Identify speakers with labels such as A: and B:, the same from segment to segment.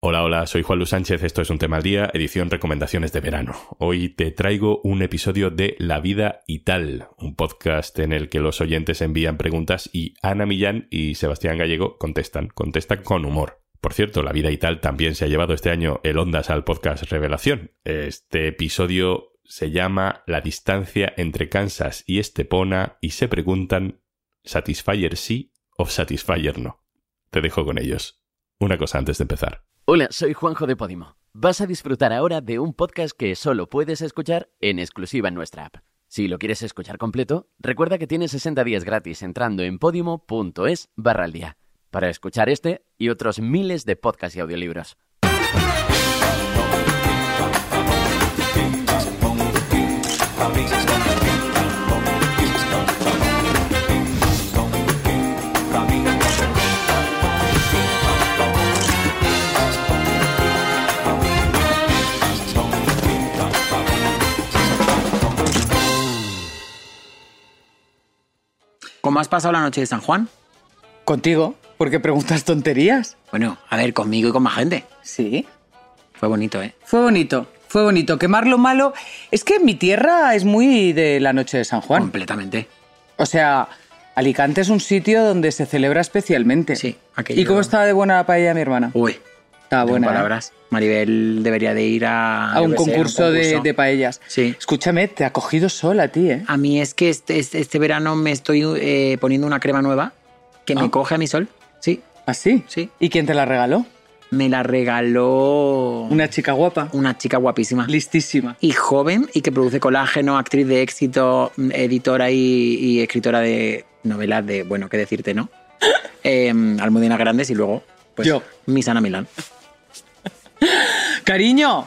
A: Hola, hola, soy Juan Luis Sánchez, esto es Un Tema al Día, edición Recomendaciones de Verano. Hoy te traigo un episodio de La Vida y Tal, un podcast en el que los oyentes envían preguntas y Ana Millán y Sebastián Gallego contestan, contestan con humor. Por cierto, La Vida y Tal también se ha llevado este año el Ondas al podcast Revelación. Este episodio se llama La distancia entre Kansas y Estepona y se preguntan ¿Satisfyer sí o Satisfyer no? Te dejo con ellos. Una cosa antes de empezar.
B: Hola, soy Juanjo de Podimo. Vas a disfrutar ahora de un podcast que solo puedes escuchar en exclusiva en nuestra app. Si lo quieres escuchar completo, recuerda que tienes 60 días gratis entrando en podimo.es barra al día para escuchar este y otros miles de podcasts y audiolibros.
C: ¿Cómo has pasado la noche de San Juan?
D: ¿Contigo? ¿Por qué preguntas tonterías?
C: Bueno, a ver, conmigo y con más gente.
D: Sí.
C: Fue bonito, ¿eh?
D: Fue bonito, fue bonito. Quemar lo malo. Es que mi tierra es muy de la noche de San Juan.
C: Completamente.
D: O sea, Alicante es un sitio donde se celebra especialmente.
C: Sí, aquello-
D: ¿Y cómo estaba de buena la paella mi hermana?
C: Uy,
D: Estaba
C: en
D: buena. ¿eh?
C: palabras. Maribel debería de ir a...
D: A
C: yo
D: un
C: qué sé,
D: concurso, De,
C: concurso.
D: de paellas.
C: Sí.
D: Escúchame, te ha cogido sola a ti, ¿eh?
C: A mí es que este, este, este verano me estoy eh, poniendo una crema nueva que me
D: Ah.
C: coge a mi sol. Sí,
D: ¿Así?
C: Sí.
D: ¿Y quién te la regaló?
C: me la regaló
D: Una chica guapa,
C: una chica guapísima.
D: listísima.
C: y joven y que produce colágeno, actriz de éxito, mm, editora y, y escritora de novelas de, bueno, qué decirte, ¿no? Eh, Almudena Grandes y luego, pues,
D: Yo.
C: Miss Ana Milán.
D: Cariño,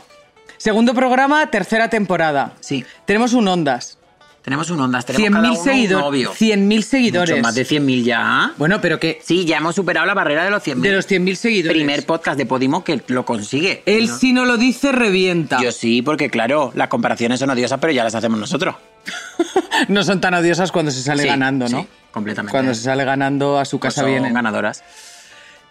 D: segundo programa, tercera temporada.
C: Sí,
D: Tenemos un Ondas.
C: tenemos un Ondas, tenemos cada
D: 100.000
C: uno un novio.
D: seguidores. 100.000 seguidores.
C: Mucho más de 100.000 ya.
D: Bueno, pero que
C: Sí, ya hemos superado la barrera de los 100.000.
D: de los 100.000 seguidores.
C: Primer podcast de Podimo que lo consigue.
D: Él
C: ¿no?
D: si no lo dice, revienta.
C: Yo sí, porque claro, las comparaciones son odiosas, pero ya las hacemos nosotros.
D: No son tan odiosas cuando se sale
C: Sí,
D: ganando, ¿no?
C: sí, completamente. Pues
D: Cuando se sale ganando a su casa
C: Son
D: vienen.
C: ganadoras.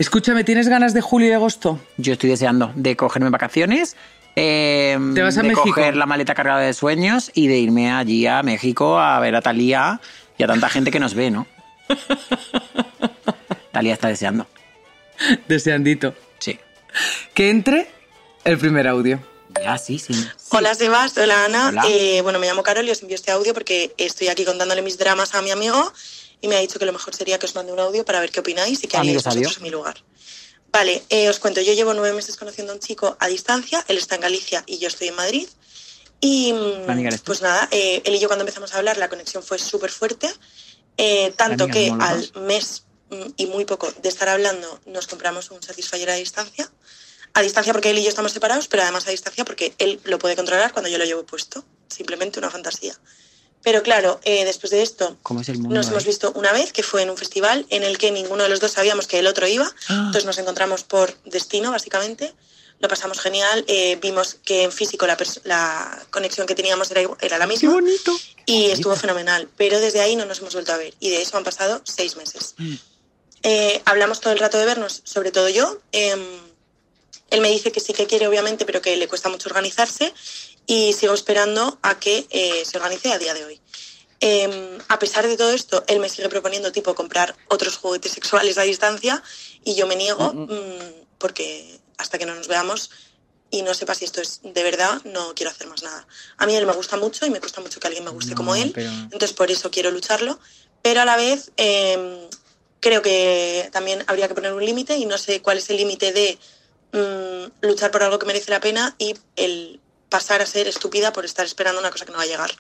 D: Escúchame, ¿tienes ganas de julio y agosto?
C: Yo estoy deseando de cogerme vacaciones. eh,
D: ¿Te vas a
C: de
D: México?
C: coger la maleta cargada de sueños y de irme allí a México a ver a Talía y a tanta gente que nos ve, ¿no? Talía está deseando.
D: Deseandito.
C: Sí.
D: Que entre el primer audio.
C: Ah, sí, sí.
E: Hola Sebas, hola Ana.
C: Hola.
E: Eh, bueno, me llamo Carol y os envío este audio porque estoy aquí contándole mis dramas a mi amigo y me ha dicho que lo mejor sería que os mande un audio para ver qué opináis y qué
C: Amigos,
E: haríais
C: adiós.
E: vosotros en mi lugar. Vale, eh, os cuento, yo llevo nueve meses conociendo a un chico a distancia, él está en Galicia y yo estoy en Madrid. Y mm,
C: La amiga eres tú.
E: pues nada, eh, él y yo cuando empezamos a hablar la conexión fue súper fuerte, eh, tanto
C: amiga,
E: que
C: somos los
E: al mes mm, y muy poco de estar hablando nos compramos un Satisfyer a distancia a distancia porque él y yo estamos separados, pero además a distancia porque él lo puede controlar cuando yo lo llevo puesto. Simplemente una fantasía. Pero claro, eh, después de esto
C: ¿Cómo es el mundo?
E: nos
C: eh?
E: hemos visto una vez, que fue en un festival en el que ninguno de los dos sabíamos que el otro iba.
C: Ah,
E: Entonces nos encontramos por destino, básicamente. Lo pasamos genial. eh, vimos que en físico la, pers- la conexión que teníamos era, igu- era la
C: ¡Qué
E: misma.
C: bonito!
E: Y estuvo fenomenal, pero desde ahí no nos hemos vuelto a ver y de eso han pasado seis meses.
C: Mm.
E: Eh, hablamos todo el rato de vernos, sobre todo yo. Em, él me dice que sí que quiere, obviamente, pero que le cuesta mucho organizarse y sigo esperando a que eh, se organice a día de hoy. Em, a pesar de todo esto, él me sigue proponiendo tipo comprar otros juguetes sexuales a distancia y yo me niego mm, porque hasta que no nos veamos y no sepa si esto es de verdad, no quiero hacer más nada. A mí él me gusta mucho y me cuesta mucho que alguien me guste como él, entonces por eso quiero lucharlo, pero a la vez em, creo que también habría que poner un límite y no sé cuál es el límite de mm, luchar por algo que merece la pena y el pasar a ser estúpida por estar esperando una cosa que no va a llegar.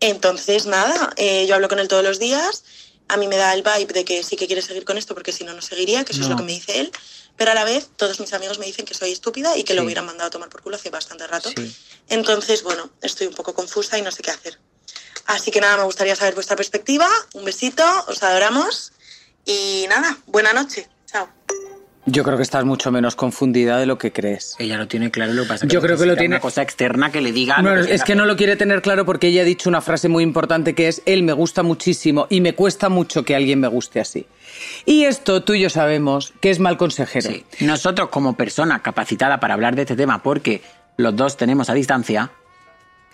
E: Entonces, nada, eh, yo hablo con él todos los días, a mí me da el vibe de que sí que quiere seguir con esto porque si no, no seguiría, que eso es
C: No.
E: lo que me dice él, pero a la vez todos mis amigos me dicen que soy estúpida y que lo
C: Sí.
E: hubieran mandado a tomar por culo hace bastante rato.
C: Sí.
E: Entonces, bueno, estoy un poco confusa y no sé qué hacer. Así que nada, me gustaría saber vuestra perspectiva. Un besito, os adoramos. Y nada, buena noche. Chao.
D: Yo creo que estás mucho menos confundida de lo que crees.
C: Ella lo tiene claro, lo que pasa es que
D: Yo creo que lo
C: necesita
D: tiene-
C: Una cosa externa que le diga.
D: No,
C: lo
D: es
C: tenga
D: que no lo quiere tener claro porque ella ha dicho una frase muy importante que es él me gusta muchísimo y me cuesta mucho que alguien me guste así. Y esto tú y yo sabemos que es mal consejero.
C: Sí. Nosotros, como persona capacitada para hablar de este tema, porque los dos tenemos a distancia,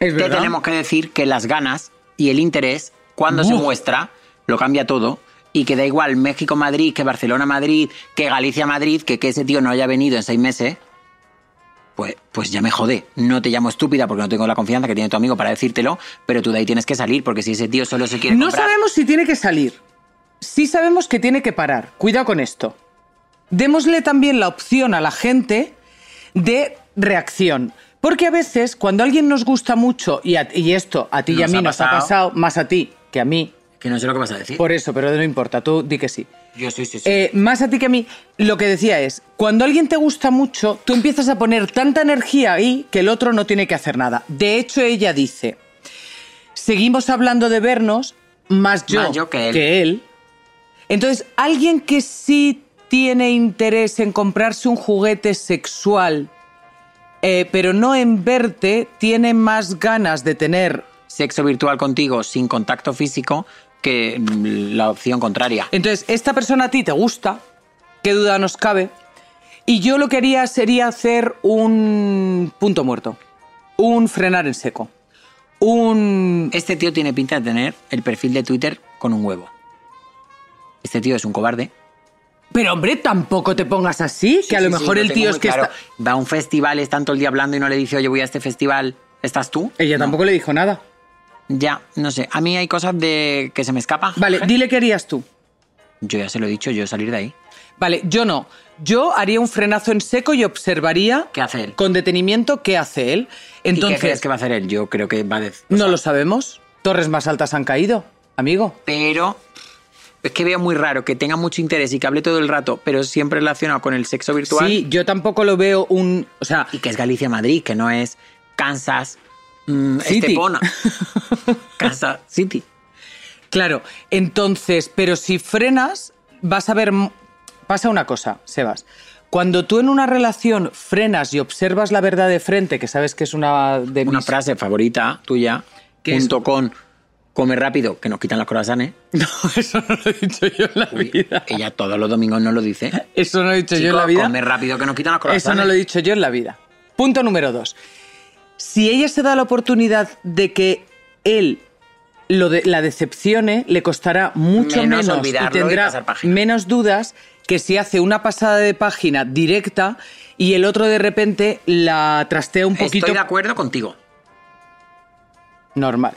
D: Es
C: te
D: verdad.
C: tenemos que decir que las ganas y el interés, cuando se
D: Buf.
C: muestra, lo cambia todo. Y que da igual México-Madrid, que Barcelona-Madrid, que Galicia-Madrid, que, que ese tío no haya venido en seis meses. Pues, pues ya me jodé. No te llamo estúpida porque no tengo la confianza que tiene tu amigo para decírtelo, pero tú de ahí tienes que salir porque si ese tío solo se quiere.
D: No
C: comprar-
D: sabemos si tiene que salir. Sí sabemos que tiene que parar. Cuidado con esto. Démosle también la opción a la gente de reacción. Porque a veces cuando alguien nos gusta mucho, y, a- y esto a ti y a
C: Nos
D: mí
C: ha
D: nos ha
C: pasado.
D: pasado, más a ti que a mí,
C: Que no sé lo que vas a decir.
D: por eso, pero no importa, tú di que sí.
C: Yo sí, sí, sí.
D: Eh, más a ti que a mí, lo que decía es, cuando alguien te gusta mucho, tú empiezas a poner tanta energía ahí que el otro no tiene que hacer nada. De hecho, ella dice, seguimos hablando de vernos, más yo,
C: Más yo que él.
D: Entonces, alguien que sí tiene interés en comprarse un juguete sexual, eh, pero no en verte, tiene más ganas de tener
C: Sexo virtual contigo sin contacto físico que mm, la opción contraria.
D: Entonces, esta persona a ti te gusta, qué duda nos cabe. Y yo lo que haría sería hacer un punto muerto, un frenar en seco, un...
C: Este tío tiene pinta de tener el perfil de Twitter con un huevo. Este tío es un cobarde.
D: Pero hombre, tampoco te pongas así, que a lo
C: Sí, sí, sí,
D: mejor
C: lo
D: el
C: tengo
D: tío
C: muy
D: es que
C: claro.
D: está...
C: Va a un festival, está todo el día hablando y no le dice, oye, voy a este festival. ¿Estás tú?
D: Ella
C: No.
D: tampoco le dijo nada.
C: Ya, no sé. A mí hay cosas de que se me escapan.
D: Vale, dile qué harías tú.
C: Yo ya se lo he dicho, yo salir de ahí.
D: Vale, yo no. Yo haría un frenazo en seco y observaría
C: ¿Qué hace él?
D: con detenimiento qué hace él.
C: ¿Y
D: Entonces,
C: qué crees que va a hacer él? Yo creo que va a decir...
D: no lo sabemos. Torres más altas han caído, amigo.
C: Pero es que veo muy raro que tenga mucho interés y que hable todo el rato, pero siempre relacionado con el sexo virtual.
D: Sí, yo tampoco lo veo un... O sea,
C: Y que es Galicia-Madrid, que no es Kansas... mm,
D: City.
C: Estepona. Kansas City.
D: Claro, entonces, pero si frenas, vas a ver... m- Pasa una cosa, Sebas. Cuando tú en una relación frenas y observas la verdad de frente, que sabes que es una de
C: una
D: mis-
C: frase favorita tuya,
D: ¿Qué es?
C: junto con come rápido, que nos quitan las croissants. ¿eh?
D: No, eso no lo he dicho yo en la vida.
C: Ella todos los domingos no lo dice.
D: Eso no lo he dicho yo en
C: eh, Chico,
D: la vida.
C: Come rápido, que nos quitan las croissants. ¿eh?
D: Eso no lo he dicho yo en la vida. Punto número dos. Si ella se da la oportunidad de que él lo de- la decepcione, le costará mucho
C: Menos
D: menos, y
C: olvidarlo y
D: tendrá
C: pasar página.
D: menos dudas que si hace una pasada de página directa y el otro de repente la trastea un poquito.
C: Estoy de acuerdo contigo.
D: Normal.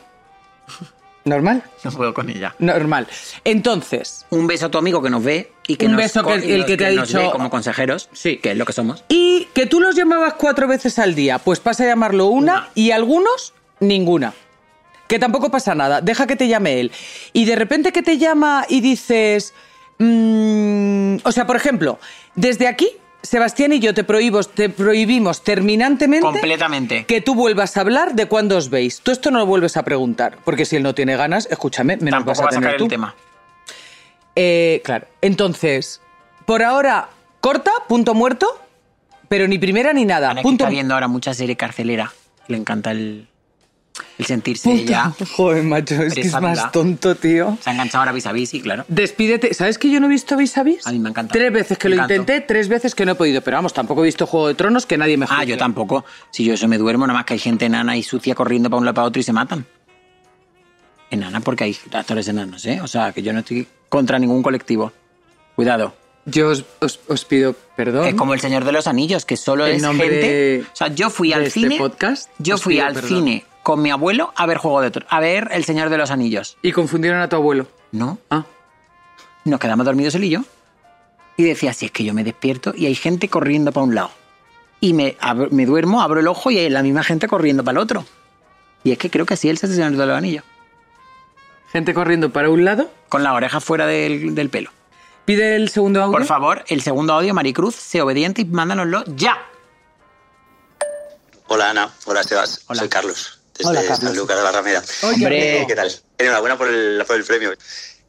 D: ¿Normal?
C: No puedo con ella.
D: Normal. Entonces,
C: Un beso a tu amigo que nos ve y que
D: Un
C: nos
D: beso que-
C: co- y
D: el
C: nos-
D: que te ha
C: nos
D: dicho-
C: ve como consejeros,
D: Sí.
C: que es lo que somos.
D: y que tú los llamabas cuatro veces al día, pues pasa a llamarlo una, y algunos ninguna. Que tampoco pasa nada, deja que te llame él. Y de repente que te llama y dices, mm, o sea, por ejemplo, desde aquí, Sebastián y yo te prohibimos, te prohibimos terminantemente
C: Completamente.
D: que tú vuelvas a hablar de cuándo os veis. Tú esto no lo vuelves a preguntar, porque si él no tiene ganas, escúchame, menos
C: Tampoco
D: vas a
C: vas a
D: tener
C: sacar
D: tú.
C: el tema.
D: Eh, claro. Entonces, por ahora, corta, punto muerto, pero ni primera ni nada.
C: Ana, que
D: Ah, punto
C: está viendo ahora mucha serie carcelera. Le encanta el, el sentirse
D: punto-
C: ella.
D: Joder, macho, es que es
C: Presanda.
D: más tonto, tío.
C: Se ha enganchado ahora vis a vis, y claro.
D: Despídete. ¿Sabes que yo no he visto Vis a Vis?
C: A mí me encanta.
D: Tres veces que
C: Me
D: lo
C: encantó.
D: intenté, tres veces que no he podido. Pero vamos, tampoco he visto Juego de Tronos que nadie me
C: Ah,
D: juzgue.
C: yo tampoco. Si yo eso me duermo, nada más que hay gente enana y sucia corriendo para un lado para otro y se matan. Enana porque hay actores enanos, ¿eh? O sea, que yo no estoy contra ningún colectivo. Cuidado.
D: Yo os, os- os pido perdón.
C: Es como el Señor de los Anillos, que solo
D: En
C: es
D: nombre
C: gente... O sea, yo fui
D: de
C: al
D: este
C: cine...
D: podcast,
C: yo
D: os
C: fui
D: pido
C: al
D: perdón.
C: cine con mi abuelo a ver Juego de Tro- a ver El Señor de los Anillos.
D: Y confundieron a tu abuelo.
C: No,
D: Ah.
C: nos quedamos dormidos él y yo. Y decía, si es que yo me despierto y hay gente corriendo para un lado. Y me, abro- me duermo, abro el ojo y hay la misma gente corriendo para el otro. Y es que creo que así él se señor de los anillos.
D: Gente corriendo para un lado.
C: Con la oreja fuera del, del pelo.
D: Pide el segundo audio.
C: Por favor, el segundo audio, Maricruz, sé obediente y mándanoslo ya.
F: Hola Ana, hola Sebas,
C: Hola.
F: soy Carlos, desde
D: Hola, Carlos.
F: San Lucas de la Ramera.
D: Oye,
C: Hombre.
F: Eh, ¿Qué tal? Enhorabuena por el, por el premio.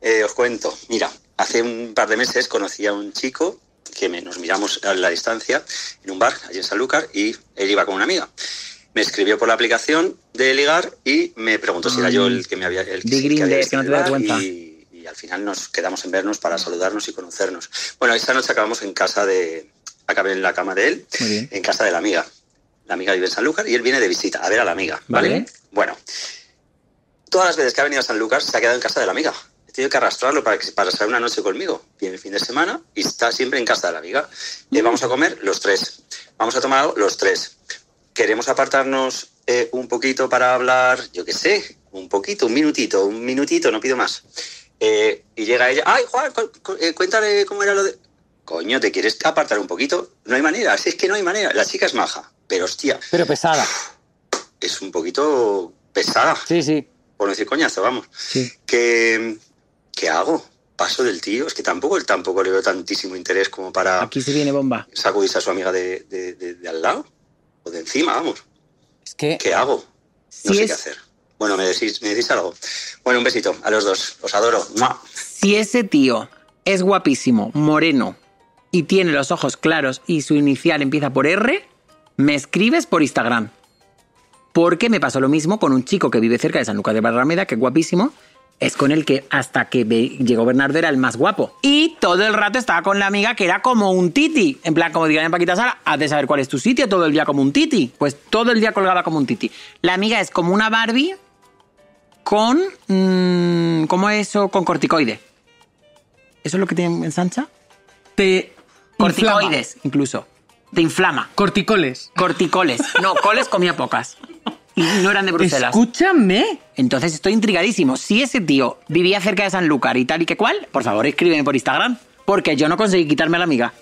F: Eh, os cuento, mira, hace un par de meses conocí a un chico que me- nos miramos a la distancia en un bar allí en Sanlúcar y él iba con una amiga. Me escribió por la aplicación de ligar y me preguntó si era yo el que me había... El
C: Big
F: que
C: Green
F: había
C: Day,
F: visto
C: que no
F: en
C: te
F: el
C: das
F: bar
C: cuenta.
F: Y, y al final nos quedamos en vernos para saludarnos y conocernos. Bueno, esa noche acabamos en casa de... Acabé en la cama de él,
C: Muy bien.
F: en casa de la amiga. La amiga vive en Sanlúcar y él viene de visita a ver a la amiga, ¿vale?
C: Vale.
F: Bueno, todas las veces que ha venido a Sanlúcar se ha quedado en casa de la amiga. He tenido que arrastrarlo para, que, para salir una noche conmigo. Viene el fin de semana y está siempre en casa de la amiga. Eh, vamos a comer los tres. Vamos a tomar algo los tres. Queremos apartarnos eh, un poquito para hablar, yo qué sé, un poquito, un minutito, un minutito, no pido más. Eh, y llega ella, ay Juan, cu- cu- eh, cuéntale cómo era lo de... Coño, ¿te quieres apartar un poquito? No hay manera, si es que no hay manera. La chica es maja, pero hostia,
D: Pero pesada.
F: es un poquito pesada,
D: Sí, sí.
F: por no decir coñazo, vamos.
C: Sí.
F: ¿Qué, qué hago? ¿Paso del tío? Es que tampoco, tampoco le veo tantísimo interés como para
C: Aquí se viene bomba.
F: sacudirse a su amiga de, de- de- de al lado o de encima, vamos.
D: Es que
F: ¿Qué hago? No
C: Si
F: sé
C: es-
F: qué hacer. Bueno, me decís, me decís algo. Bueno, un besito a los dos. Os adoro. ¡Mua!
C: Si ese tío es guapísimo, moreno y tiene los ojos claros y su inicial empieza por R, me escribes por Instagram. Porque me pasó lo mismo con un chico que vive cerca de San Lucas de Barrameda, que es guapísimo. Es con el que hasta que ve- llegó Bernardo era el más guapo. Y todo el rato estaba con la amiga que era como un titi. En plan, como digan en Paquita Sara, has de saber cuál es tu sitio todo el día como un titi. Pues todo el día colgaba como un titi. La amiga es como una Barbie con... mm, ¿Cómo es eso? Con corticoide. ¿Eso es lo que te ensancha?
G: Te
C: Corticoides,
G: inflama.
C: incluso. Te inflama.
G: Corticoles.
C: Corticoles. No, coles comía pocas. Y no eran de Bruselas.
G: Escúchame.
C: Entonces estoy intrigadísimo. Si ese tío vivía cerca de Sanlúcar y tal y que cual, por favor escríbeme por Instagram. Porque yo no conseguí quitarme a la amiga.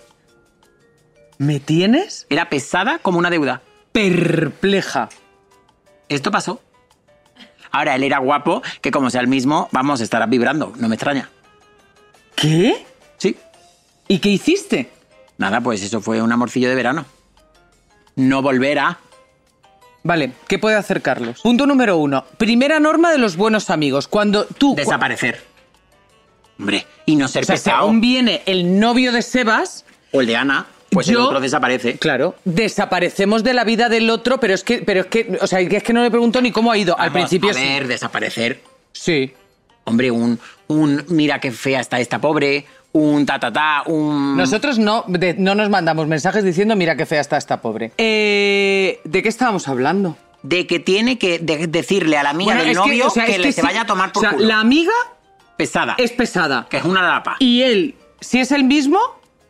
G: ¿Me tienes?
C: Era pesada como una deuda.
G: Perpleja.
C: Esto pasó. Ahora él era guapo, que como sea el mismo, vamos, estará vibrando. No me extraña.
G: ¿Qué?
C: Sí.
G: ¿Y qué hiciste?
C: Nada, pues eso fue un amorcillo de verano. No volverá.
D: Vale, ¿qué puede hacer Carlos? Punto número uno. Primera norma de los buenos amigos. Cuando tú.
C: Desaparecer. Hombre, y no ser
D: Uh, O sea, si
C: pesado.
D: aún viene el novio de Sebas,
C: O el de Ana, pues el
D: Yo-
C: otro desaparece.
D: claro, desaparecemos de la vida del otro, pero es que, pero es que, o sea, es que no le pregunto ni cómo ha ido. Al
C: Vamos,
D: principio
C: A
D: sí.
C: ver, desaparecer.
D: Sí.
C: Hombre, un, un mira qué fea está esta pobre, un ta ta ta, un.
D: Nosotros no, de- no nos mandamos mensajes diciendo, mira qué fea está esta pobre. Eh, ¿De qué estábamos hablando?
C: De que tiene que de- decirle a la amiga
D: Bueno,
C: del
D: es que,
C: novio que,
D: o sea, es
C: le
D: que
C: se
D: sí.
C: vaya a tomar por
D: O sea,
C: culo.
D: la amiga
C: pesada.
D: es pesada.
C: Que es una lapa.
D: Y él, si es el mismo,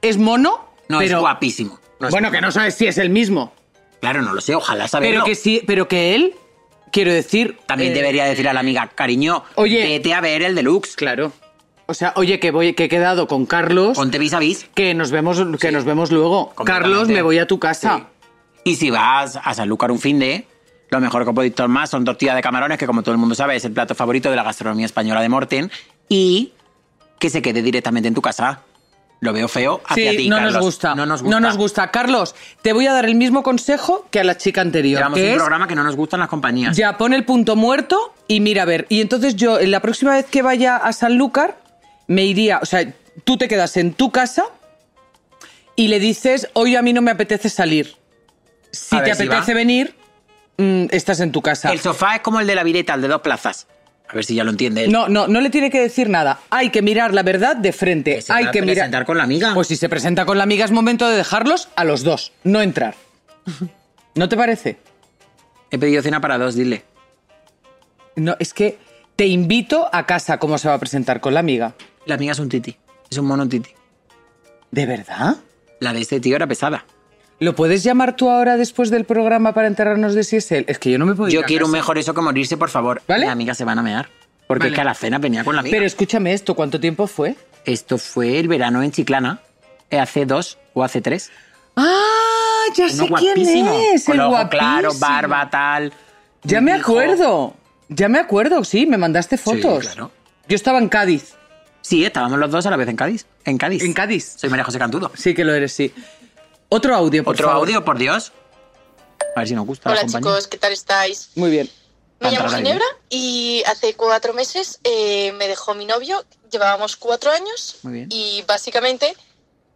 D: es mono,
C: no
D: pero...
C: es guapísimo. No es-
D: Bueno, que no sabes si es el mismo.
C: Claro, no lo sé, ojalá
D: Pero
C: saberlo.
D: que sí, pero que él, quiero decir.
C: También
D: eh,
C: debería decir a la amiga, cariño,
D: Oye.
C: vete a ver el deluxe.
D: Claro. O sea, oye, que voy, que he quedado con Carlos,
C: Ponte vis a vis.
D: que nos vemos, que nos vemos luego.
C: Completamente.
D: Carlos, me voy a tu casa.
C: Y si vas a Sanlúcar un fin de, lo mejor que podéis tomar son tortillas de camarones, que como todo el mundo sabe es el plato favorito de la gastronomía española de Morten, y que se quede directamente en tu casa. Lo veo feo hacia ti,
D: no nos
C: Carlos.
D: gusta.
C: No nos gusta.
D: Carlos, te voy a dar el mismo consejo que a la chica anterior.
C: Llevamos
D: que
C: un
D: es,
C: programa que no nos gustan las compañías.
D: Ya, pon el punto muerto y mira a ver. Y entonces yo, en la próxima vez que vaya a Sanlúcar, me iría, o sea, tú te quedas en tu casa y le dices, hoy a mí no me apetece salir. Si
C: A
D: te
C: ver si
D: apetece
C: va.
D: venir, mm, estás en tu casa.
C: El sofá es como el de la vireta, el de dos plazas. A ver si ya lo entiende él.
D: No, no, no le tiene que decir nada. Hay que mirar la verdad de frente.
C: Que se
D: Hay
C: va a
D: que mirar.
C: presentar con la amiga.
D: Pues si se presenta con la amiga es momento de dejarlos a los dos, no entrar. ¿No te parece?
C: He pedido cena para dos, dile.
D: No, es que te invito a casa cómo se va a presentar con la amiga.
C: La amiga es un titi. Es un mono titi.
D: ¿De verdad?
C: La de este tío era pesada.
D: ¿Lo puedes llamar tú ahora después del programa para enterrarnos de si es él? Es que yo no me puedo ir
C: Yo
D: a
C: quiero
D: casa.
C: mejor eso que morirse, por favor.
D: ¿Vale?
C: La amiga se van a mear. Porque
D: Vale.
C: es que a la cena venía con la amiga.
D: Pero escúchame esto, ¿cuánto tiempo fue?
C: Esto fue el verano en Chiclana. eh, Hace dos o hace tres.
D: ¡Ah! Ya
C: Uno
D: sé quién
C: guapísimo,
D: es,
C: con
D: el
C: ojo
D: guapísimo.
C: claro, barba, tal.
D: Ya
C: un
D: me
C: hijo.
D: acuerdo. Ya me acuerdo, sí, me mandaste fotos.
C: claro.
D: Yo estaba en Cádiz.
C: Sí, estábamos los dos a la vez en Cádiz. En Cádiz.
D: En Cádiz.
C: Soy María José Cantudo.
D: Sí que lo eres, sí. Otro audio, por
C: Otro
D: favor.
C: audio, por Dios. A ver si nos gusta
E: Hola
C: la compañía.
E: chicos, ¿qué tal estáis?
D: Muy bien.
E: Me
C: Tantra
E: llamo
C: Rider.
E: Ginebra y hace cuatro meses eh, me dejó mi novio, llevábamos cuatro años
C: Muy bien.
E: y básicamente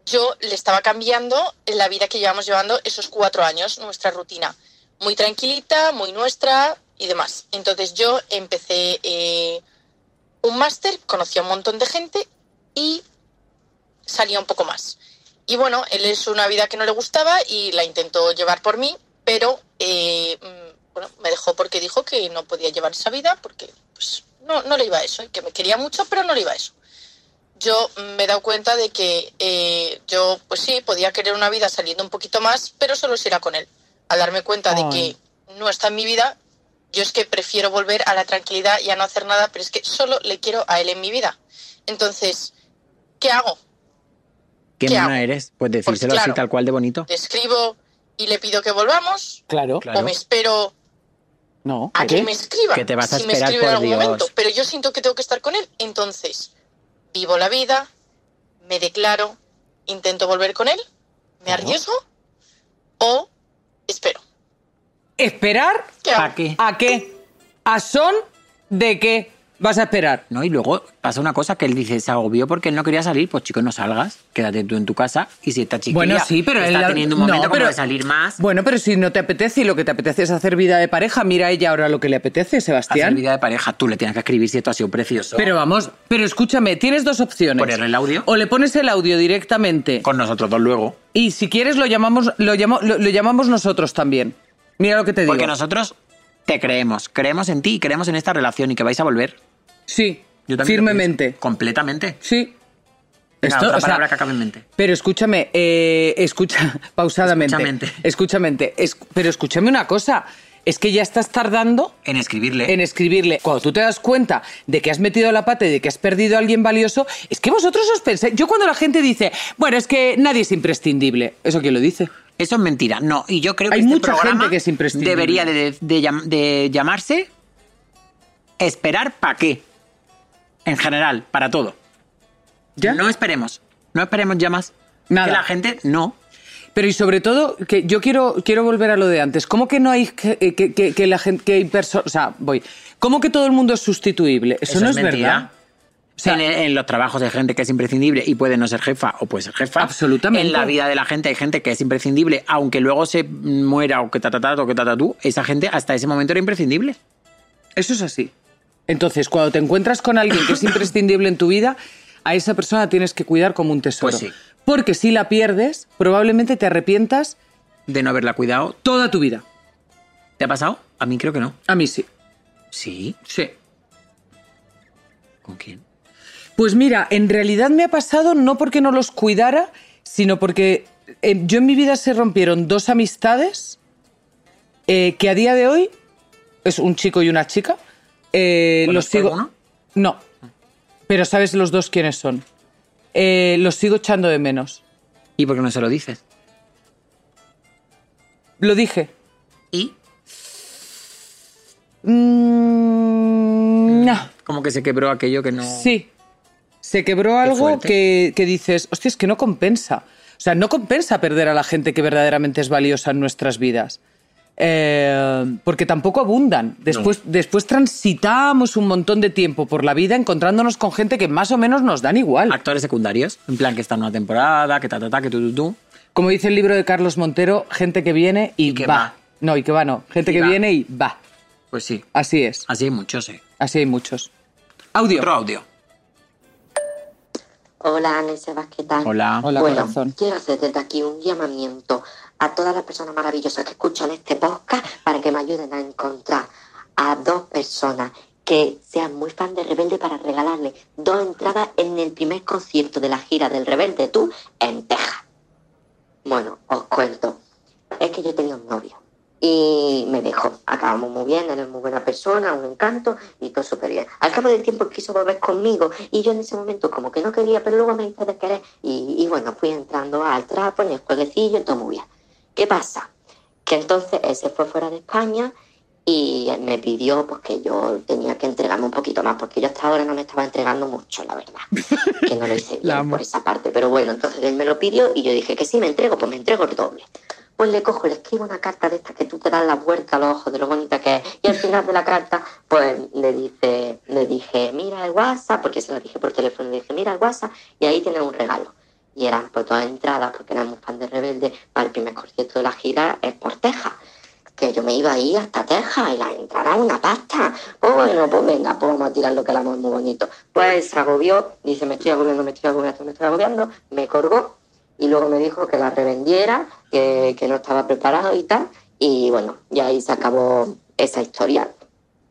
E: yo le estaba cambiando la vida que llevamos llevando esos cuatro años, nuestra rutina. Muy tranquilita, muy nuestra y demás. Entonces yo empecé eh, un máster, conocí a un montón de gente y salía un poco más. Y bueno, él es una vida que no le gustaba y la intentó llevar por mí, pero eh, mm, bueno, me dejó porque dijo que no podía llevar esa vida porque pues, no, no le iba a eso, y que me quería mucho, pero no le iba a eso yo me he dado cuenta de que eh, yo, pues sí, podía querer una vida saliendo un poquito más, pero solo si era con él. Al darme cuenta de
D: Ay.
E: que no está en mi vida, yo es que prefiero volver a la tranquilidad y a no hacer nada, pero es que solo le quiero a él en mi vida. Entonces, ¿qué hago?
C: ¿Qué,
E: ¿Qué
C: mona
E: hago?
C: eres? Pues decírselo así
E: claro. Eh,
C: tal cual de bonito.
E: ¿Le escribo y le pido que volvamos?
D: Claro.
C: Claro.
E: ¿O me espero
D: No.
E: a
C: ¿Qué?
E: que me escriba.
C: ¿Qué te vas a
E: si me
C: esperar,
E: escribe
C: por
E: en algún
C: Dios?
E: momento. Pero yo siento que tengo que estar con él. Entonces, vivo la vida, me declaro, intento volver con él, me arriesgo o espero.
D: ¿Esperar
E: ¿Qué hago?
C: ¿Para qué?
D: a qué? ¿A son de qué vas a esperar?
C: No, y luego pasa una cosa que él dice, se agobió porque él no quería salir, pues chico, no salgas, quédate tú en tu casa y si esta chiquilla
D: Bueno, sí, pero
C: está
D: él-
C: teniendo un
D: no,
C: momento
D: pero-
C: como de salir más,
D: Bueno, pero si no te apetece y lo que te apetece es hacer vida de pareja, mira a ella ahora lo que le apetece,
C: hacer
D: Sebastián.
C: vida de pareja, tú le tienes que escribir si esto ha sido precioso.
D: Pero vamos, pero escúchame, tienes dos opciones.
C: Ponerle el audio.
D: O le pones el audio directamente.
C: con nosotros dos luego.
D: Y si quieres lo llamamos, lo, llamo- lo, lo llamamos nosotros también. Mira lo que te digo.
C: Porque nosotros te creemos, creemos en ti y creemos en esta relación y que vais a volver.
D: Sí,
C: Yo también lo
D: firmemente.
C: pienso. Completamente.
D: Sí.
C: Venga,
D: Esto,
C: otra
D: o sea,
C: palabra que acabe en mente.
D: Pero escúchame, eh, escucha, pausadamente.
C: Escúchamente.
D: Escúchamente. Es- pero escúchame una cosa. Es que ya estás tardando
C: En escribirle.
D: en escribirle. Cuando tú te das cuenta de que has metido la pata y de que has perdido a alguien valioso, es que vosotros os pensáis. Yo cuando la gente dice, bueno, es que nadie es imprescindible. ¿Eso quién lo dice?
C: Eso es mentira. No, y yo creo que
D: Hay
C: este
D: mucha
C: programa
D: gente que es imprescindible.
C: debería de, de llam- de llamarse esperar para qué. En general, para todo.
D: ¿Ya?
C: No esperemos. No esperemos ya más.
D: Nada.
C: Que la gente no.
D: Pero y sobre todo, que yo quiero, quiero volver a lo de antes. ¿Cómo que no hay que, eh, que- que- que la gente, que hay personas, o sea, voy, ¿cómo que todo el mundo es sustituible? Eso, no es,
C: mentira.
D: verdad. O sea,
C: en, en los trabajos hay gente que es imprescindible y puede no ser jefa o puede ser jefa.
D: Absolutamente.
C: En la vida de la gente hay gente que es imprescindible, aunque luego se muera o que tatatata o que tatatú. Esa gente hasta ese momento era imprescindible.
D: eso es así. Entonces, cuando te encuentras con alguien que es imprescindible en tu vida, a esa persona tienes que cuidar como un tesoro.
C: Pues sí.
D: Porque si la pierdes, probablemente te arrepientas
C: De no haberla cuidado.
D: toda tu vida.
C: ¿Te ha pasado? A mí creo que no.
D: A mí sí.
C: Sí.
D: Sí.
C: ¿Con quién?
D: Pues mira, en realidad me ha pasado no porque no los cuidara, sino porque eh, yo en mi vida se rompieron dos amistades eh, que a día de hoy es un chico y una chica. Eh,
C: ¿Conoces
D: los sigo.
C: alguno?
D: No. Pero sabes los dos quiénes son. Eh, los sigo echando de menos.
C: ¿Y por qué no se lo dices?
D: Lo dije.
C: ¿Y?
D: Mm, no.
C: Como que se quebró aquello que no...
D: Sí. Se quebró algo
C: fuerte.
D: que, que dices, hostia, es que no compensa. O sea, no compensa perder a la gente que verdaderamente es valiosa en nuestras vidas. Eh, porque tampoco abundan. Después, después transitamos un montón de tiempo por la vida encontrándonos con gente que más o menos nos dan igual.
C: Actores secundarios. En plan que están una temporada, que tatatá, que tú, tú, tú.
D: Como dice el libro de Carlos Montero, gente que viene y,
C: Y que
D: va.
C: va.
D: No, y que va, no. Gente
C: Y
D: que
C: va.
D: viene y va.
C: Pues sí.
D: Así es.
C: Así hay muchos, ¿eh?
D: Así hay muchos. Audio.
C: Otro audio.
H: Hola, Ana y Sebas, ¿qué tal?
C: Hola.
D: Hola,
H: bueno,
D: corazón.
H: quiero hacer desde aquí un llamamiento a todas las personas maravillosas que escuchan este podcast para que me ayuden a encontrar a dos personas que sean muy fan de Rebelde para regalarle dos entradas en el primer concierto de la gira del Rebelde Tú en Texas. Bueno, os cuento. Es que yo tenía un novio y me dejó. Acabamos muy bien, eres muy buena persona, un encanto y todo súper bien. Al cabo del tiempo quiso volver conmigo y yo en ese momento como que no quería, pero luego me hizo de querer y, y bueno, fui entrando al trapo, en el jueguecillo, todo muy bien. ¿Qué pasa? Que entonces él se fue fuera de España y él me pidió pues, que yo tenía que entregarme un poquito más, porque yo hasta ahora no me estaba entregando mucho, la verdad. Que no lo hice
D: La
H: bien
D: amo.
H: por esa parte. Pero bueno, entonces él me lo pidió y yo dije que sí, me entrego, pues me entrego el doble. Pues le cojo, le escribo una carta de estas que tú te das la vuelta a los ojos de lo bonita que es. Y al final de la carta, pues le dice, le dije, mira el WhatsApp, porque se lo dije por teléfono, le dije, mira el WhatsApp, y ahí tienes un regalo. y eran pues dos entradas porque éramos fan de Rebelde para el primer concierto de la gira es por Texas que yo me iba ahí hasta Texas y la entrada una pasta pues bueno pues venga pues vamos a tirar lo que el amor es muy bonito pues se agobió dice me estoy agobiando me estoy agobiando me estoy agobiando me colgó y luego me dijo que la revendiera que, que no estaba preparado y tal y bueno y ahí se acabó esa historia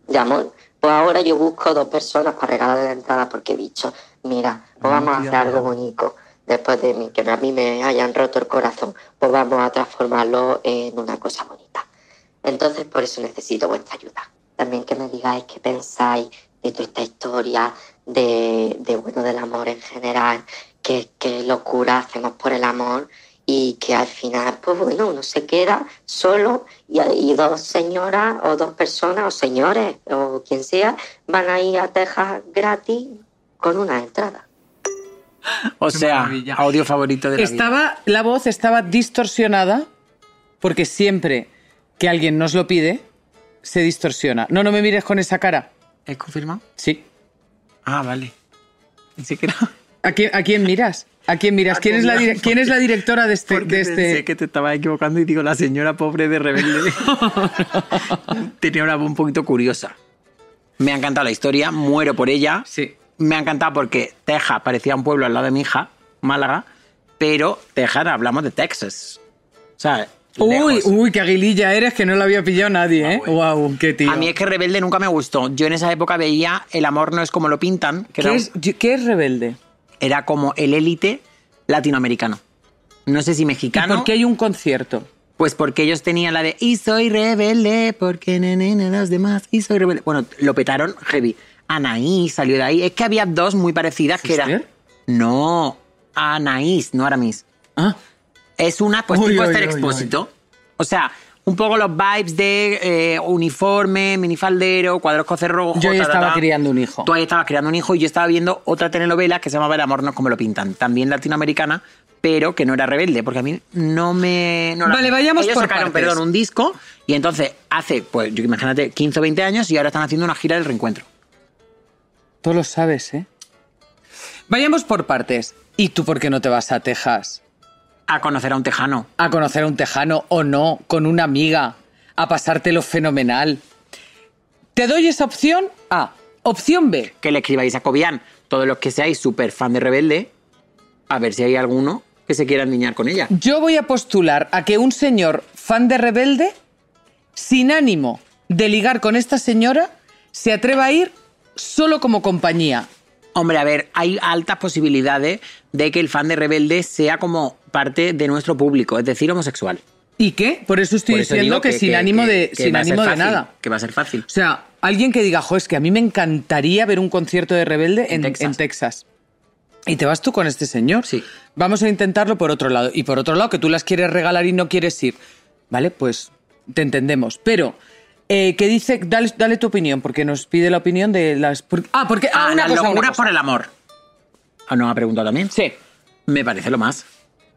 H: de amor pues ahora yo busco dos personas para regalar la entrada porque he dicho mira pues vamos a hacer algo bonito después de mí, que a mí me hayan roto el corazón, pues vamos a transformarlo en una cosa bonita. Entonces, por eso necesito vuestra ayuda. También que me digáis qué pensáis de toda esta historia, de, de, bueno, del amor en general, qué, qué locura hacemos por el amor y que al final, pues bueno, uno se queda solo y, y dos señoras o dos personas o señores o quien sea van a ir a Texas gratis con una entrada.
C: O sea,
G: maravilla.
C: audio favorito de la vida.
D: Estaba, la voz estaba distorsionada porque siempre que alguien nos lo pide, se distorsiona. No, no me mires con esa cara.
C: ¿Es confirmado?
D: Sí.
C: Ah, vale. Pensé que no.
D: ¿A quién, a quién miras? ¿A quién miras?
C: ¿A
D: ¿Quién,
C: quién
D: es la,
C: miras?
D: dire- ¿Quién es la directora de este...?
C: Porque
D: de este-
C: pensé que te estaba equivocando y digo, la señora pobre de rebelde. Tenía una voz un poquito curiosa. Me ha encantado la historia, muero por ella.
D: Sí.
C: Me ha encantado porque Texas parecía un pueblo al lado de mi hija, Málaga, pero Texas hablamos de Texas. O sea,
D: Uy,
C: lejos. Ah,
D: uy, qué aguililla eres, que no la había pillado nadie, ¿eh? Wow, qué tío.
C: A mí es que Rebelde nunca me gustó. Yo en esa época veía El amor no es como lo pintan, que era,
D: ¿Qué, es, yo- qué es rebelde?
C: era como el élite latinoamericano. No sé si
D: ¿Y
C: mexicano.
D: por qué hay un concierto?
C: Pues porque ellos tenían la de y soy rebelde, porque nene, nene, los demás, y soy rebelde. Bueno, lo petaron heavy. Anaí salió de ahí. Es que había dos muy parecidas que eran.
D: ¿Sister?
C: No, Anaís, no Aramis.
D: Ah,
C: Es una, pues
D: Uy,
C: tipo
D: uy,
C: Esther
D: uy,
C: Expósito. O sea, un poco los vibes de eh, uniforme, minifaldero, cuadros coce rojo.
D: yo ya estaba criando un hijo.
C: Tú ahí estabas creando un hijo y yo estaba viendo otra telenovela que se llamaba El amor no es como lo pintan, también latinoamericana, pero que no era rebelde, porque a mí no me... no la-
D: Vale, vayamos
C: Ellos
D: por
C: sacaron,
D: partes.
C: perdón, un disco y entonces hace, pues yo- imagínate, 15 o 20 años y ahora están haciendo una gira del reencuentro.
D: Tú lo sabes, ¿eh? Vayamos por partes. ¿Y tú por qué no te vas a Texas?
C: A conocer a un tejano.
D: a conocer a un tejano o no, con una amiga, a pasártelo fenomenal. Te doy esa opción A. Opción B.
C: Que le escribáis a Cobian, todos los que seáis súper fan de Rebelde, a ver si hay alguno que se quiera niñar con ella.
D: Yo voy a postular a que un señor fan de Rebelde, sin ánimo de ligar con esta señora, se atreva a ir solo como compañía.
C: Hombre, a ver, hay altas posibilidades de que el fan de Rebelde sea como parte de nuestro público, es decir, homosexual.
D: ¿Y qué? Por eso estoy
C: Por eso
D: diciendo
C: digo
D: que, sin ánimo de,
C: que
D: sin
C: va a ser
D: ánimo de
C: fácil,
D: nada.
C: Que va a ser fácil.
D: O sea, alguien que diga, jo, es que a mí me encantaría ver un concierto de Rebelde en, en Texas.
C: Texas.
D: Y te vas tú con este señor.
C: Sí.
D: Vamos a intentarlo por otro lado. Y por otro lado, que tú las quieres regalar y no quieres ir. Vale, pues te entendemos. Pero, eh, ¿qué dice? Dale, dale tu opinión, porque nos pide la opinión de las. por- ah, porque. Ah, una
C: las
D: cosa, una
C: locuras
D: cosa.
C: por el amor. Ah, ¿No ha preguntado también?
D: Sí.
C: Me parece lo más.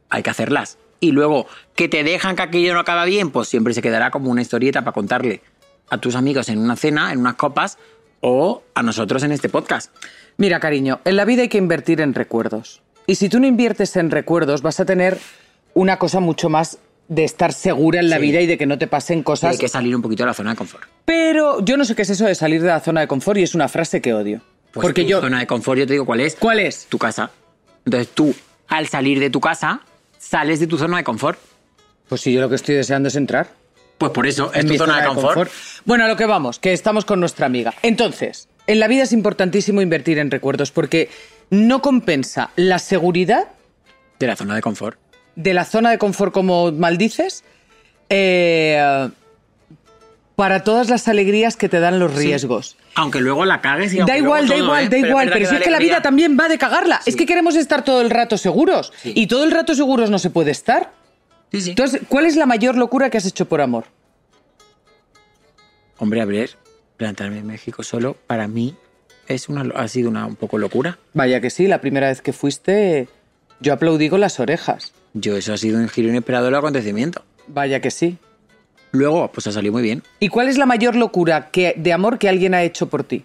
C: Hay que hacerlas. Y luego, que te dejan que aquello no acaba bien, pues siempre se quedará como una historieta para contarle a tus amigos en una cena, en unas copas o a nosotros en este podcast.
D: Mira, cariño, en la vida hay que invertir en recuerdos. Y si tú no inviertes en recuerdos, vas a tener una cosa mucho más de estar segura en la
C: Sí.
D: vida y de que no te pasen cosas
C: Hay que salir un poquito de la zona de confort.
D: Pero yo no sé qué es eso de salir de la zona de confort y es una frase que odio.
C: Pues
D: Porque
C: tu
D: yo...
C: zona de confort, yo te digo cuál es.
D: ¿Cuál es?
C: Tu casa. Entonces tú, al salir de tu casa, sales de tu zona de confort.
D: Pues si yo lo que estoy deseando es entrar.
C: Pues por eso, es
D: en
C: tu
D: mi
C: zona, de confort.
D: Bueno, a lo que vamos, que estamos con nuestra amiga. Entonces, en la vida es importantísimo invertir en recuerdos porque no compensa la seguridad
C: De la zona de confort.
D: de la zona de confort, como maldices, eh, para todas las alegrías que te dan los riesgos.
C: Aunque luego la cagues y
D: Da
C: aunque
D: igual,
C: luego
D: da
C: todo,
D: igual,
C: ¿eh?
D: da igual,
C: verdad
D: pero si
C: da
D: es que la vida
C: alegría.
D: también va de cagarla. Es que queremos estar todo el rato seguros.
C: Sí.
D: Y todo el rato seguros no se puede estar.
C: Sí, sí.
D: Entonces, ¿cuál es la mayor locura que has hecho por amor?
C: Hombre, a ver, plantarme en México solo para mí es una, ha sido una un poco locura.
D: Vaya que sí, la primera vez que fuiste, yo aplaudí con las orejas.
C: Yo, eso ha sido un giro inesperado del acontecimiento.
D: Vaya que sí.
C: Luego, pues ha salido muy bien.
D: ¿Y cuál es la mayor locura que, de amor que alguien ha hecho por ti?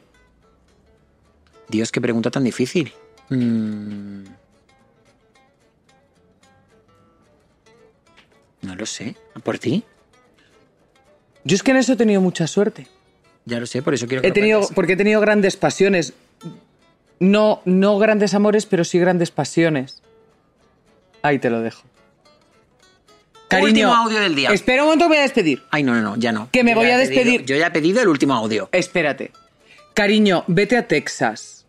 C: Dios, qué pregunta tan difícil. Mm. No lo sé. ¿Por ti?
D: Yo es que en eso he tenido mucha suerte.
C: Ya lo sé, por eso quiero que
D: He
C: lo
D: tenido,
C: cuentes.
D: porque he tenido grandes pasiones. No, no grandes amores, pero sí grandes pasiones. Ahí te lo dejo. Cariño,
C: Último audio del día.
D: Espera un momento, me voy a despedir.
C: Ay, no, no, no, ya no.
D: Que me
C: Yo
D: voy
C: ya
D: a
C: he pedido-
D: despedir.
C: yo ya he pedido el último audio.
D: Espérate. Cariño, vete a Texas.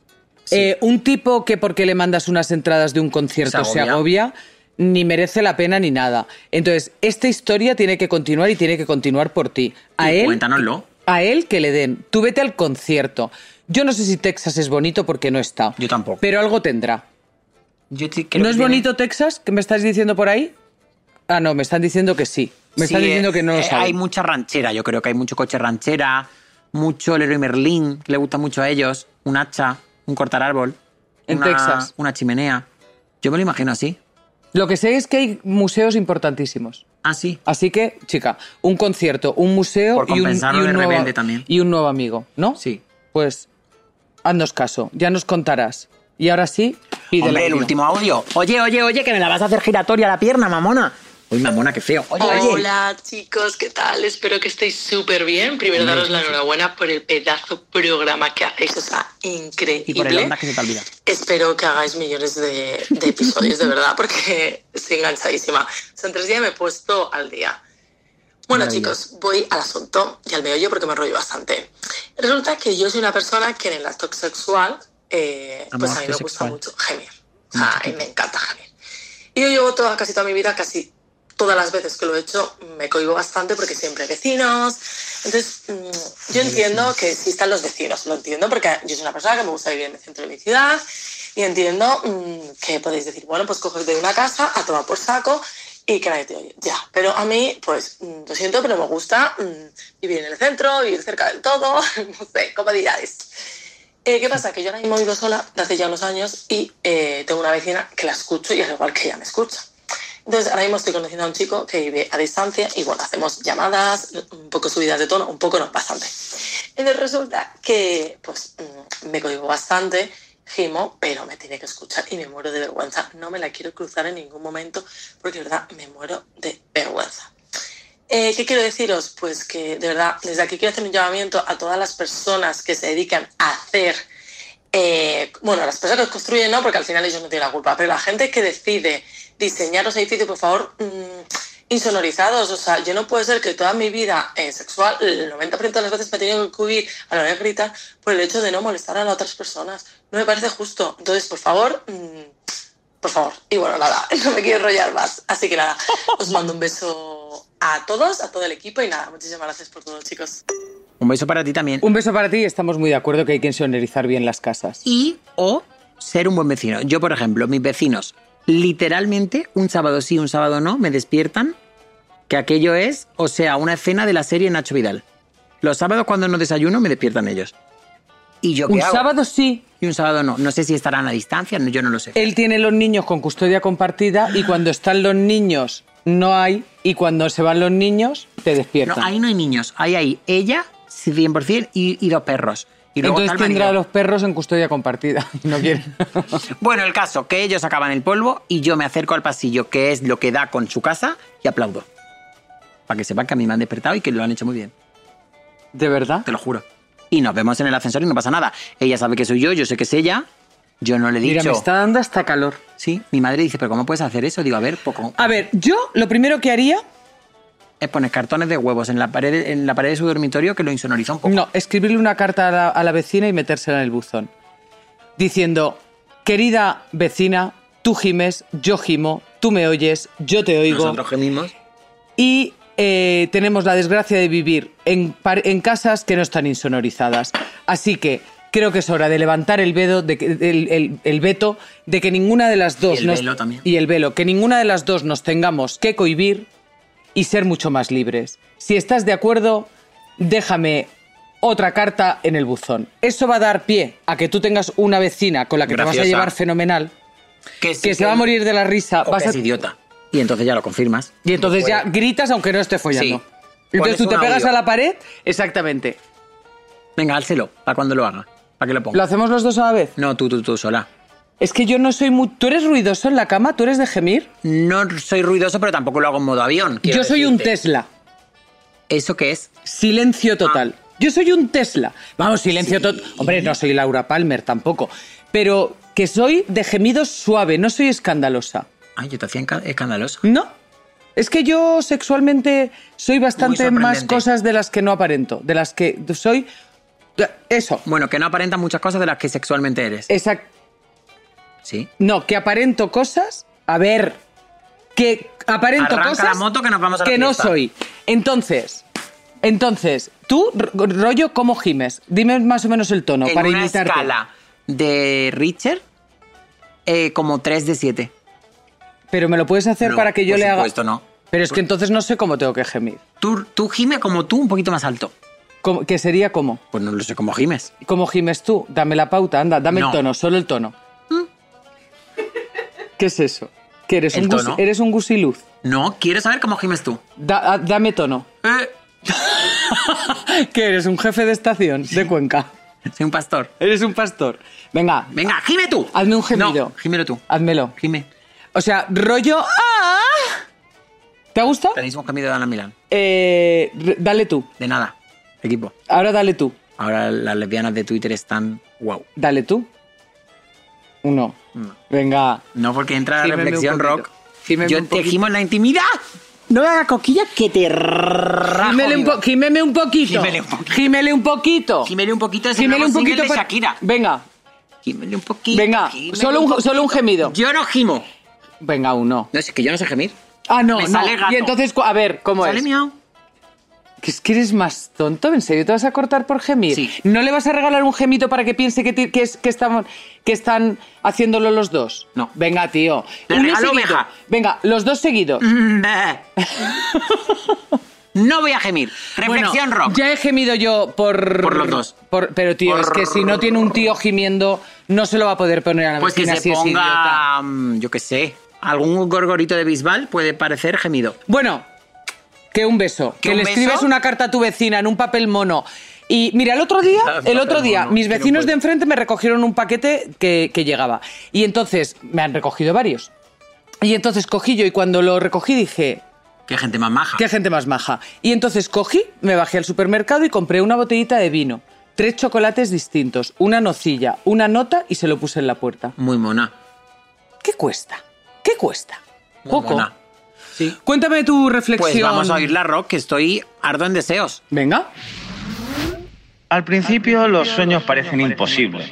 D: Eh, un tipo que porque le mandas unas entradas de un concierto
C: Se
D: se agobia, ni merece la pena ni nada. Entonces, esta historia tiene que continuar y tiene que continuar por ti. A
C: Y
D: él,
C: Cuéntanoslo.
D: a él que le den. Tú vete al concierto. Yo no sé si Texas es bonito porque no está.
C: Yo tampoco.
D: Pero algo tendrá.
C: Yo te- creo
D: ¿No
C: que
D: es
C: tiene-
D: bonito Texas? ¿Que me estás diciendo por ahí? Ah, no, me están diciendo que sí. Me están
C: Sí,
D: diciendo que no lo
C: eh,
D: saben.
C: Hay mucha ranchera, yo creo que hay mucho coche ranchera, mucho Leroy Merlin, que le gusta mucho a ellos, un hacha, un cortar árbol.
D: En
C: una-
D: Texas.
C: Una chimenea. Yo me lo imagino así.
D: Lo que sé es que hay museos importantísimos.
C: Así.
D: Así que, chica, un concierto, un museo
C: Por
D: y un,
C: compensarlo
D: y un
C: de
D: nuevo,
C: rebelde también.
D: y un nuevo amigo, ¿no?
C: Sí.
D: Pues, haznos caso, ya nos contarás. Y ahora sí, pide
C: Hombre, el
D: audio.
C: último audio. Oye, oye, oye, que me la vas a hacer giratoria la pierna, mamona. Uy, mamona, qué feo. Oye, oye.
E: Hola chicos, ¿qué tal? Espero que estéis súper bien. Primero daros la enhorabuena por el pedazo programa que hacéis, o sea, increíble.
C: Y por el onda que se te olvida.
E: Espero que hagáis millones de, de episodios, de verdad, porque estoy enganchadísima. Son tres días y me he puesto al día. Bueno,
C: Maravilloso.
E: chicos, voy al asunto y al meollo porque me rollo bastante. Resulta que yo soy una persona que en el acto sexual, eh,
C: Amor
E: pues a mí me gusta
C: sexual.
E: mucho gemer. Ay, me encanta gemer. Y yo llevo toda, casi toda mi vida, casi todas las veces que lo he hecho, me cohibo bastante porque siempre hay vecinos. Entonces, mm, yo entiendo que existan los vecinos, lo entiendo, porque yo soy una persona que me gusta vivir en el centro de mi ciudad y entiendo mm, que podéis decir, bueno, pues coges de una casa a tomar por saco y que nadie te oye. Ya, pero a mí, pues, mm, lo siento, pero me gusta mm, vivir en el centro, vivir cerca del todo, no sé, comodidades. Eh, ¿Qué pasa? Que yo ahora mismo vivo sola de hace ya unos años y eh, tengo una vecina que la escucho y al igual que ella me escucha. Entonces, ahora mismo estoy conociendo a un chico que vive a distancia y bueno, hacemos llamadas, un poco subidas de tono, un poco no, bastante. Entonces resulta que pues mm, me cohibo bastante, gimo, pero me tiene que escuchar y me muero de vergüenza. No me la quiero cruzar en ningún momento porque de verdad me muero de vergüenza. Eh, ¿Qué quiero deciros? Pues que de verdad, desde aquí quiero hacer un llamamiento a todas las personas que se dedican a hacer, eh, bueno, las personas que construyen, no, porque al final ellos no tienen la culpa, pero la gente que decide diseñar los edificios, por favor, mm, insonorizados. O sea, yo no puede ser que toda mi vida eh, sexual, el 90% de las veces me he tenido que cubrir a la hora de gritar por el hecho de no molestar a las otras personas. No me parece justo. Entonces, por favor, mm, por favor. Y bueno, nada, no me quiero enrollar más. Así que nada, os mando un beso a todos, a todo el equipo y nada, muchísimas gracias por todo, chicos.
C: Un beso para ti también.
D: Un beso para ti y estamos muy de acuerdo que hay que sonorizar bien las casas.
C: y o ser un buen vecino. Yo, por ejemplo, mis vecinos, literalmente, un sábado sí, un sábado no, me despiertan que aquello es, o sea, una escena de la serie Nacho Vidal. Los sábados cuando no desayuno me despiertan ellos. ¿Y yo qué
D: Un
C: hago?
D: sábado sí,
C: Y un sábado no. No sé si estarán a distancia, no, yo no lo sé.
D: él tiene los niños con custodia compartida y cuando están los niños no hay y cuando se van los niños te
C: No,
D: despiertan.
C: ahí no hay niños, ahí hay ella, 100%, y, y dos perros. Y luego
D: Entonces
C: está el
D: tendrá a
C: marido.
D: los perros en custodia compartida. No quiere.
C: Bueno, el caso, que ellos acaban el polvo y yo me acerco al pasillo, que es lo que da con su casa, y aplaudo. Para que sepan que a mí me han despertado y que lo han hecho muy bien.
D: ¿De verdad?
C: Te lo juro. Y nos vemos en el ascensor y no pasa nada. Ella sabe que soy yo, yo sé que es ella. Yo no le he dicho.
D: Mira, me está dando hasta calor.
C: Sí, mi madre dice, pero ¿cómo puedes hacer eso? Digo, a ver, poco.
D: A ver, yo lo primero que haría.
C: Es poner cartones de huevos en la pared, en la pared de su dormitorio que lo insonoriza un poco.
D: No, escribirle una carta a la, a la vecina y metérsela en el buzón. Diciendo, querida vecina, tú gimes, yo gimo, tú me oyes, yo te oigo.
C: Nosotros gemimos.
D: y eh, tenemos la desgracia de vivir en, par- en casas que no están insonorizadas. Así que creo que es hora de levantar el, vedo de que- el, el- el veto de que ninguna de las dos
C: Y el
D: nos-
C: velo también.
D: y el velo, que ninguna de las dos nos tengamos que cohibir y ser mucho más libres. Si estás de acuerdo, déjame otra carta en el buzón. Eso va a dar pie a que tú tengas una vecina con la que te vas
C: Graciosa.
D: a llevar fenomenal,
C: Que,
D: que se va a morir de la risa.
C: O
D: vas
C: que
D: a-
C: es idiota. Y entonces ya lo confirmas.
D: y entonces ya gritas aunque no esté follando.
C: Sí. Pones
D: Entonces tú
C: un
D: te pegas
C: audio.
D: a la pared. Exactamente.
C: Venga, álselo, para cuando lo haga. Para que lo ponga.
D: ¿Lo hacemos los dos a la vez?
C: No, tú, tú, tú, sola.
D: Es que yo no soy muy... ¿Tú eres ruidoso en la cama? ¿Tú eres de gemir?
C: No soy ruidoso, pero tampoco lo hago en modo avión. quiero
D: yo soy un
C: decirte.
D: Tesla.
C: ¿Eso qué es?
D: Silencio total.
C: Ah.
D: Yo soy un Tesla. Vamos, silencio total. Hombre, no soy Laura Palmer tampoco. Pero que soy de gemido suave, no soy escandalosa.
C: Ay, yo te hacía enca- escandalosa.
D: No. Es que yo sexualmente soy bastante más
C: sorprendente.
D: cosas de las que no aparento, de las que soy... Eso.
C: Bueno, que no aparentas muchas cosas de las que sexualmente eres.
D: Exacto.
C: sí.
D: No, que aparento cosas. A ver, que aparento
C: Arranca
D: cosas
C: la moto que nos vamos a la
D: que no
C: fiesta.
D: soy. Entonces, entonces, tú r- rollo cómo gimes. Dime más o menos el tono
C: en
D: para
C: una
D: imitarte.
C: escala de Richard, eh, como 3 de 7.
D: Pero me lo puedes hacer
C: No,
D: para que yo
C: por
D: le haga.
C: supuesto, no.
D: Pero es que entonces no sé cómo tengo que gemir.
C: Tú, tú gime como tú, un poquito más alto.
D: ¿Cómo- ¿Qué sería cómo?
C: Pues no lo sé cómo gimes.
D: ¿Cómo gimes tú? Dame la pauta, anda, dame
C: No.
D: el tono, solo el tono. ¿Qué es eso? ¿Que eres
C: El
D: un gus-
C: tono.
D: eres un gusiluz?
C: No, quiero saber cómo gimes tú.
D: Da- a- dame tono.
C: Eh, ¡Ah!
D: ¿Que eres un jefe de estación de Cuenca?
C: soy un pastor.
D: Eres un pastor. Venga,
C: Venga, gime tú.
D: Hazme un gemido.
C: No, gímelo tú.
D: házmelo.
C: Gime.
D: O sea, rollo. ¡Ah! ¿Te ha gustado?
C: Tenéis un gemido de Ana Milán.
D: Eh, r- dale tú.
C: De nada, equipo.
D: Ahora dale tú.
C: Ahora las lesbianas de Twitter están wow.
D: Dale tú. Uno.
C: No.
D: Venga.
C: No, porque entra la
D: Gímeme un
C: reflexión
D: poquito.
C: rock.
D: Gímeme
C: Yo
D: un
C: te
D: poquito.
C: gimo en la intimidad. No me hagas coquillas que te rajo.
D: Gímele un,
C: vivo.
D: po- gímeme un poquito.
C: Gímele un poquito.
D: Gímele un poquito.
C: Gímele un poquito de
D: Gímele un poquito
C: de
D: pa-
C: Shakira.
D: Venga,
C: Gímele un poquito.
D: venga.
C: gímele
D: Solo un,
C: poquito.
D: solo un gemido.
C: Yo no gimo.
D: Venga, uno.
C: No, es que yo no sé gemir.
D: Ah, no,
C: Me
D: no.
C: sale gato.
D: Y entonces, cu- a ver, ¿cómo
C: ¿Sale
D: es?
C: miau?
D: Que es que eres más tonto, ¿en serio te vas a cortar por gemir?
C: Sí.
D: ¿No le vas a regalar un gemito para que piense que, ti- que es, que, estamos, que están haciéndolo los dos?
C: No.
D: Venga, tío.
C: Le
D: Uno
C: regalo
D: seguido.
C: oveja.
D: Venga, los dos seguidos.
C: Mm, eh. No voy a gemir. Reflexión
D: Bueno,
C: rock.
D: Ya he gemido yo por...
C: Por los dos.
D: por- pero, tío,
C: Por-
D: es que si no tiene un tío gimiendo, no se lo va a poder poner a la
C: Pues que
D: vecina
C: se
D: si es idiota.
C: ponga, mm, yo qué sé, algún gorgorito de Bisbal puede parecer gemido.
D: Bueno, que un beso.
C: ¿Que
D: Que,
C: un
D: le
C: beso?
D: escribes una carta a tu vecina en un papel mono. Y mira, el otro día,
C: Ah,
D: el otro día, mis vecinos de enfrente me recogieron un paquete que, que llegaba. Y entonces me han recogido varios. Y entonces cogí yo y cuando lo recogí dije,
C: Qué gente más maja.
D: qué gente más maja. Y entonces cogí, me bajé al supermercado y compré una botellita de vino, tres chocolates distintos, una nocilla, una nota y se lo puse en la puerta.
C: Muy mona.
D: ¿Qué cuesta? ¿Qué cuesta?
C: Muy
D: Poco.
C: mona. Sí.
D: Cuéntame tu reflexión.
C: Pues vamos a oír la rock, que estoy ardo en deseos.
D: Venga.
I: Al principio los sueños parecen imposibles,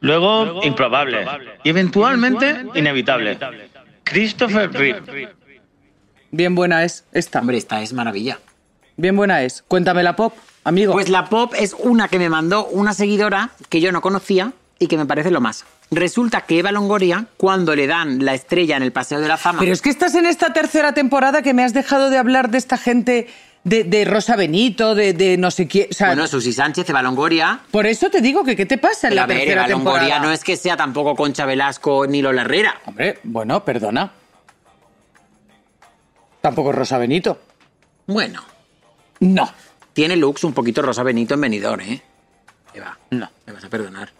I: luego improbables y eventualmente inevitables. Christopher Reeve.
D: Bien buena es esta.
C: Hombre, esta es maravilla.
D: Bien buena es. Cuéntame la pop, amigo.
C: Pues la pop es una que me mandó una seguidora que yo no conocía y que me parece lo más. Resulta que Eva Longoria, cuando le dan la estrella en el Paseo de la Fama...
D: Pero es que estás en esta tercera temporada que me has dejado de hablar de esta gente de, de Rosa Benito, de, de no sé quién. O sea,
C: Bueno, Susi Sánchez, Eva Longoria...
D: por eso te digo que qué te pasa
C: Pero
D: en la
C: a ver,
D: tercera
C: Eva
D: temporada.
C: Longoria no es que sea tampoco Concha Velasco ni Lola Herrera.
D: Hombre, bueno, perdona. Tampoco es Rosa Benito.
C: Bueno,
D: No.
C: tiene looks un poquito Rosa Benito en venidor, ¿eh? Eva,
D: No.
C: me vas a perdonar.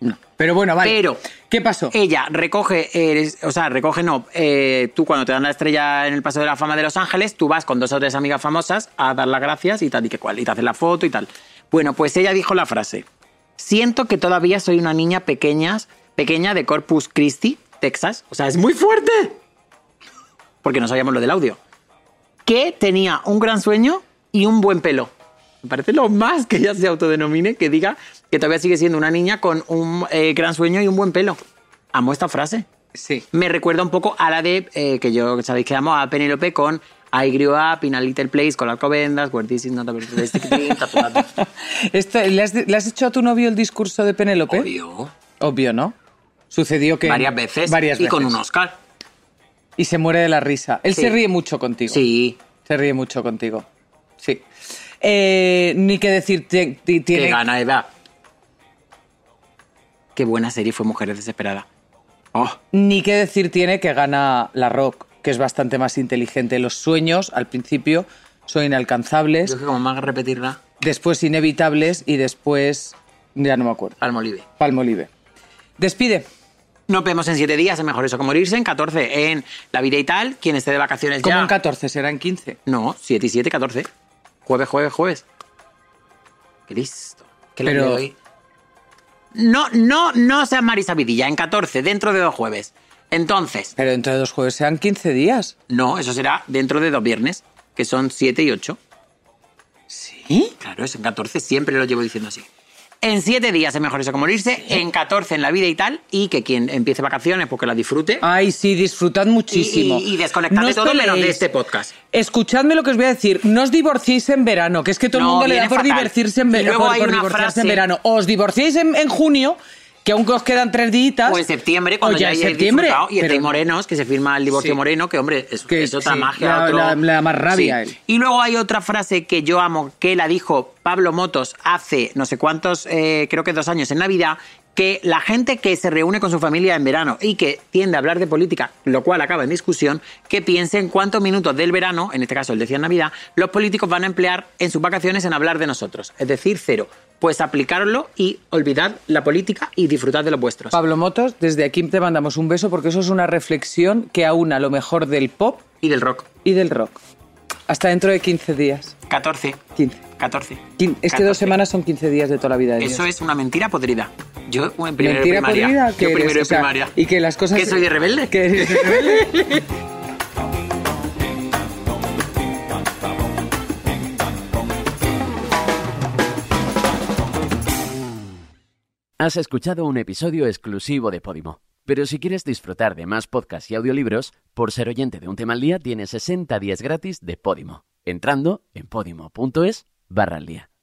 D: No. Pero bueno, vale.
C: Pero-
D: ¿Qué pasó?
C: Ella recoge, eh, es- o sea, recoge no. eh, tú cuando te dan la estrella en el Paseo de la Fama de Los Ángeles, tú vas con dos o tres amigas famosas a dar las gracias y tal y que cual, y te hacen la foto y tal. Bueno, pues ella dijo la frase: Siento que todavía soy una niña pequeña, pequeña de Corpus Christi, Texas. O sea, es muy fuerte. Porque no sabíamos lo del audio. Que tenía un gran sueño y un buen pelo. Me parece lo más que ella se autodenomine que diga que todavía sigue siendo una niña con un eh, gran sueño y un buen pelo. Amo esta frase.
D: Sí.
C: Me recuerda un poco a la de, eh, que yo sabéis que amo, a Penélope con I Grew Up in a Little Place, con alcobendas, where this is not a very realistic dream, ta, ta, ta, ta.
D: Esto, ¿le, has, ¿Le has hecho a tu novio el discurso de Penélope?
C: Obvio.
D: Obvio, ¿no? Sucedió que...
C: Varias veces.
D: Varias
C: y
D: veces.
C: con un Oscar.
D: Y se muere de la risa. Él
C: Sí.
D: se ríe mucho contigo.
C: Sí.
D: Se ríe mucho contigo. Sí. Eh, ni que decir, ti- ti- tiene.
C: Qué gana Eva. Qué buena serie fue Mujeres Desesperadas. Oh,
D: Ni que decir tiene que gana la rock, que es bastante más inteligente. Los sueños, al principio, son inalcanzables,
C: yo que como me haga repetirla,
D: después inevitables y después. Ya no me acuerdo.
C: Palmolive.
D: Palmolive. Despide.
C: Nos vemos en siete días, es mejor eso que morirse. En 14, en la vida y tal. Quien esté de vacaciones
D: Como
C: ya.
D: en 14, será en 15.
C: No, 7 y 7, 14. Jueves, jueves, jueves. Cristo. ¿Qué le
D: Pero-
C: doy? No, no, no seas Marisa Vidilla. En 14, dentro de dos jueves. Entonces,
D: Pero entre dos jueves serán 15 días.
C: no, eso será dentro de dos viernes, que son 7 y 8.
D: ¿Sí?
C: Claro, es en 14, siempre lo llevo diciendo así. En 7 días es mejor eso que morirse. En 14, en la vida y tal. Y que quien empiece vacaciones, porque la disfrute.
D: Ay, sí, disfrutad muchísimo.
C: Y, y, y desconectad
D: No
C: de
D: os
C: todo menos de
D: peleéis.
C: este podcast.
D: Escuchadme lo que os voy a decir. No os divorciéis en verano, que es que todo el
C: No,
D: mundo le da
C: viene
D: por
C: fatal.
D: divertirse en
C: Y
D: verano.
C: luego hay
D: por
C: una
D: divorciarse
C: frase-
D: en verano. Os divorciéis en, en junio, que aún os quedan tres días.
C: O en septiembre, cuando
D: O
C: ya,
D: en
C: hayáis
D: septiembre,
C: disfrutado, Y
D: pero-
C: estáis morenos, que se firma el divorcio
D: Sí.
C: moreno, que hombre, es,
D: Que
C: es otra
D: sí,
C: magia.
D: la-
C: otro-
D: la- le da más rabia él.
C: Y luego hay otra frase que yo amo, que la dijo Pablo Motos hace no sé cuántos, eh, creo que dos años en Navidad, que la gente que se reúne con su familia en verano y que tiende a hablar de política, lo cual acaba en discusión, que piense en cuántos minutos del verano, en este caso el decía en Navidad, los políticos van a emplear en sus vacaciones en hablar de nosotros. Es decir, cero. Pues aplicarlo y olvidad la política y disfrutad de los vuestros.
D: Pablo Motos, desde aquí te mandamos un beso porque eso es una reflexión que aúna lo mejor del pop
C: Y del rock.
D: y del rock. Hasta dentro de 15 días.
C: 14.
D: 15.
C: 14.
D: Quin- Es que
C: 14.
D: dos semanas son 15 días de toda la vida de
C: Eso
D: Dios.
C: es una mentira podrida. Yo en primero de
D: Mentira
C: eh, primaria.
D: podrida que
C: Yo primero
D: eres,
C: de
D: o sea,
C: primaria.
D: y que las cosas
C: ¿Que soy de rebelde?
D: que eres de rebelde.
B: Has escuchado un episodio exclusivo de Podimo. Pero si quieres disfrutar de más podcasts y audiolibros, por ser oyente de un tema al día tienes 60 días gratis de Podimo, entrando en podimo.es barra al día.